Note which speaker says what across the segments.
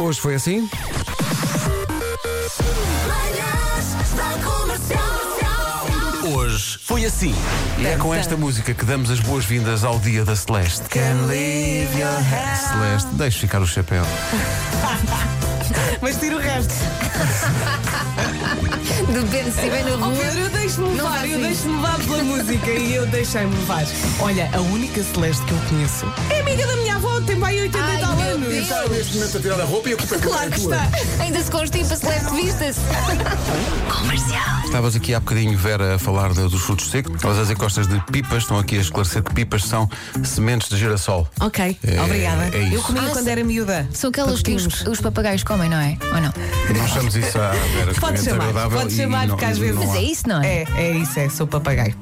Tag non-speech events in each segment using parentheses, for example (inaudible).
Speaker 1: Hoje foi assim?
Speaker 2: Manhãs da Comercial.
Speaker 3: Hoje foi assim. E é com
Speaker 4: Dança.
Speaker 3: esta música que damos as boas-vindas ao dia da Celeste. Can leave your head. Celeste, deixe ficar o chapéu.
Speaker 4: Mas tira o resto.
Speaker 5: Depende se estiver na
Speaker 4: Oh,
Speaker 5: rua.
Speaker 4: Pedro, eu deixo-me
Speaker 5: Não
Speaker 4: levar,
Speaker 5: faz
Speaker 4: eu
Speaker 5: isso.
Speaker 4: deixo-me levar
Speaker 5: (laughs)
Speaker 4: pela música e eu deixei-me levar. Olha, a única Celeste que eu conheço é amiga da minha avó, tem bem 80 e
Speaker 5: Ai,
Speaker 4: tal
Speaker 5: meu
Speaker 4: anos.
Speaker 5: Deus.
Speaker 6: neste momento a tirar a roupa e a culpa é
Speaker 4: Claro que está.
Speaker 5: Ainda se constipa, Celeste, vista-se.
Speaker 3: Estavas aqui há bocadinho, Vera, a falar de- dos frutos secos. Estavas a dizer que gostas de pipas. Estão aqui a esclarecer que pipas são sementes de girassol.
Speaker 4: Ok,
Speaker 3: É-
Speaker 4: obrigada.
Speaker 3: é isso.
Speaker 4: eu comia
Speaker 5: Ah,
Speaker 4: quando
Speaker 5: sim.
Speaker 4: era miúda.
Speaker 5: São aquelas que os,
Speaker 4: Papetinhos.
Speaker 5: os papagaios comem, não é? Ou não?
Speaker 3: Não chamamos isso à Vera. que é
Speaker 4: Pode chamar,
Speaker 3: desagradável
Speaker 4: pode
Speaker 3: e-
Speaker 4: chamar,
Speaker 3: e
Speaker 4: porque às vezes-
Speaker 5: Mas
Speaker 3: há.
Speaker 5: é isso, não é?
Speaker 4: É, é isso, é, sou papagaio.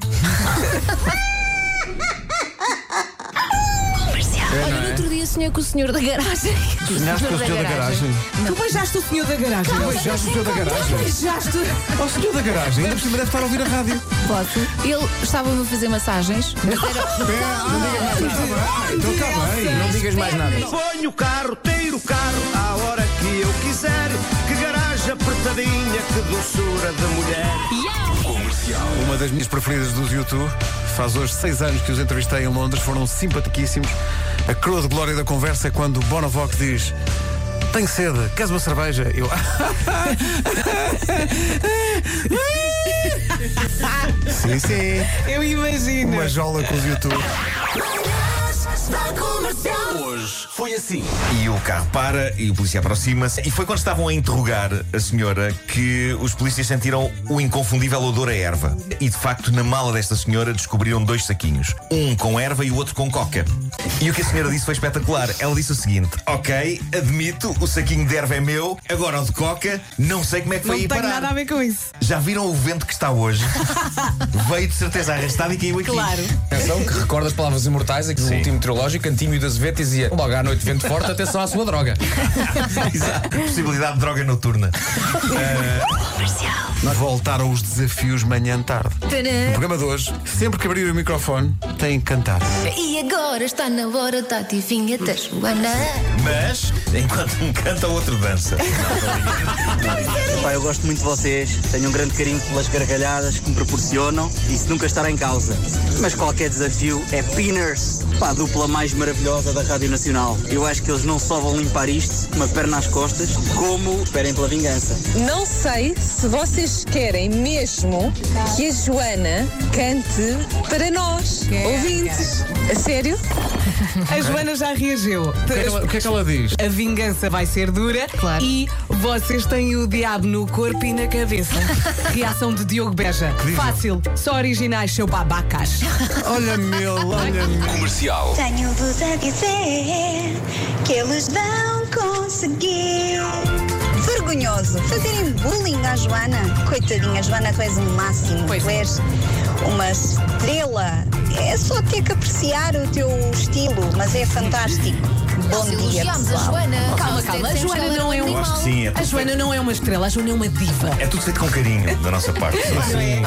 Speaker 5: Olha, no outro dia sonhei com o senhor da garagem.
Speaker 3: É, Sonhaste com o senhor da garagem?
Speaker 4: Tu beijaste o senhor da garagem.
Speaker 3: Já o senhor da garagem.
Speaker 5: é
Speaker 4: Beijaste.
Speaker 3: O senhor da garagem, ainda por cima deve estar a ouvir a rádio.
Speaker 5: Posso? Ele estava-me a fazer massagens, mas
Speaker 3: (laughs)
Speaker 5: era.
Speaker 3: Então está bem, não digas mais nada.
Speaker 7: Ponho o carro, tiro o carro à hora que eu quiser. Que garagem apertadinha, que doçura de mulher.
Speaker 3: Uma das minhas preferidas dos YouTube. Faz hoje seis anos que os entrevistei em Londres, foram simpaticíssimos. A coroa de glória da conversa é quando o Bonovox diz: Tenho sede, queres uma cerveja? Eu. (laughs) sim, sim.
Speaker 4: Eu imagino.
Speaker 3: Uma jola com os YouTube.
Speaker 2: Manhãs da Comercial.
Speaker 8: Foi assim. E o carro para e o polícia aproxima-se. E foi quando estavam a interrogar a senhora que os polícias sentiram o inconfundível odor a erva. E de facto, na mala desta senhora descobriram dois saquinhos: um com erva e o outro com coca. E o que a senhora disse foi espetacular. Ela disse o seguinte: Ok, admito, o saquinho de erva é meu, agora o de coca, não sei como é que
Speaker 4: Não
Speaker 8: foi aí
Speaker 4: tenho
Speaker 8: parar.
Speaker 4: nada a ver com isso.
Speaker 8: Já viram o vento que
Speaker 4: (laughs)
Speaker 8: está hoje? Veio de certeza arrastado e caiu aqui.
Speaker 4: Claro.
Speaker 6: Atenção, Então, que recorda as palavras imortais aqui do último meteorológico, Antímio das Azevedo dizia logo à noite vento forte, atenção à sua droga.
Speaker 8: (laughs) Exato. Possibilidade de droga noturna.
Speaker 3: Voltaram os desafios manhã tarde. O
Speaker 5: Tadã.
Speaker 3: programa de hoje, sempre que abrir o microfone, tem que cantar.
Speaker 5: E agora está na hora da tifinha da Joana.
Speaker 8: Mas, enquanto um canta, o outro dança.
Speaker 9: Pá, eu gosto muito de vocês, tenho um grande carinho pelas gargalhadas que me proporcionam, isso nunca estará em causa. Mas qualquer desafio é Pinners, pá, a dupla mais maravilhosa da Rádio Nacional. Eu acho que eles não só vão limpar isto, uma perna às costas, como esperem pela vingança.
Speaker 10: Não sei se vocês querem mesmo que a Joana cante para nós, ouvintes. A sério?
Speaker 4: A Joana já reagiu.
Speaker 3: O que é que ela- O que é que ela diz?
Speaker 4: A vingança vai ser dura
Speaker 5: Claro.
Speaker 4: e vocês têm o diabo no corpo e na (laughs) cabeça. Reação de Diogo Beja. Fácil. Só originais, seu babacas.
Speaker 3: Olha meu, olha meu.
Speaker 2: Tenho-vos a dizer que eles vão conseguir.
Speaker 10: Vergonhoso. Fazerem bullying à Joana. Coitadinha, Joana, tu és o máximo. Tu és uma estrela. É só ter que apreciar o teu estilo, mas é fantástico. Bom
Speaker 5: Nós
Speaker 10: dia,
Speaker 5: elogiámos a
Speaker 10: pessoal.
Speaker 5: Joana.
Speaker 4: é Calma,
Speaker 5: Nós
Speaker 4: calma. A
Speaker 5: dissemos que
Speaker 4: Joana
Speaker 5: ela
Speaker 4: não é
Speaker 5: era
Speaker 4: um.
Speaker 8: Eu acho que sim, é
Speaker 4: A
Speaker 8: tudo
Speaker 4: Joana não é uma estrela, a Joana é uma diva.
Speaker 8: É tudo feito com carinho da nossa parte. Sim,
Speaker 5: nós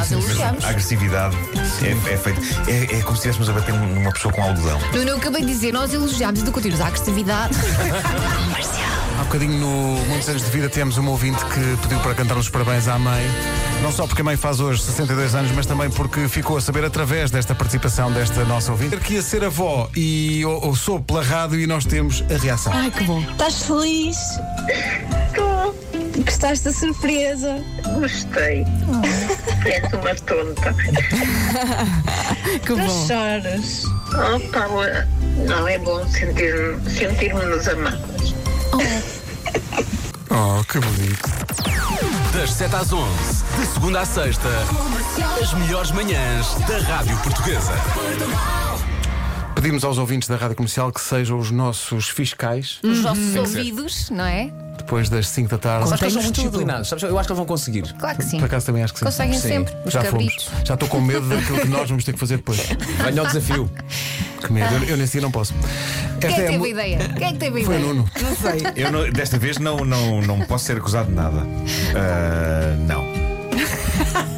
Speaker 8: sim,
Speaker 5: elogiamos.
Speaker 8: mas a agressividade é, é feito. É, é como se estivéssemos a bater numa pessoa com algodão.
Speaker 5: Nuno, eu acabei de dizer, nós elogiámos e tu continuas à agressividade.
Speaker 3: Há bocadinho no Muitos Anos de Vida temos uma ouvinte que pediu para cantar os parabéns à mãe. Não só porque a mãe faz hoje 62 anos, mas também porque ficou a saber através desta participação desta nossa ouvinte que ia ser avó e ou, ou soube pela rádio e nós temos a reação.
Speaker 4: Ai, que bom.
Speaker 10: Estás feliz? Gostaste da surpresa?
Speaker 11: Gostei. És uma tonta.
Speaker 4: Que bom.
Speaker 10: Choras.
Speaker 11: Opa, ué. não é bom sentir-me sentir nos amados.
Speaker 3: Oh, que bonito.
Speaker 7: Das 7 às 11, de segunda à sexta, as melhores manhãs da Rádio Portuguesa.
Speaker 3: Pedimos aos ouvintes da Rádio Comercial que sejam os nossos fiscais
Speaker 5: Os nossos ouvidos, não é?
Speaker 3: depois das 5 da tarde.
Speaker 6: Acho que eles são muito disciplinados, sabes? Eu acho que eles vão conseguir.
Speaker 5: Claro que sim.
Speaker 3: Por acaso também acho que sim.
Speaker 5: Conseguem
Speaker 6: Sim,
Speaker 5: sempre os
Speaker 3: Já
Speaker 5: cabritos.
Speaker 3: fomos. Já estou com medo daquilo que nós vamos ter que fazer depois.
Speaker 5: (laughs)
Speaker 6: Venha ao desafio.
Speaker 3: Que medo. Eu, eu nesse dia não posso.
Speaker 5: Quem é que
Speaker 3: a
Speaker 5: teve
Speaker 3: mu-
Speaker 5: a ideia? Quem é que teve a
Speaker 3: Foi o
Speaker 5: ideia?
Speaker 3: Nuno.
Speaker 4: Não sei.
Speaker 8: Eu não- desta vez não, não, não posso ser acusado de nada. Ah, não.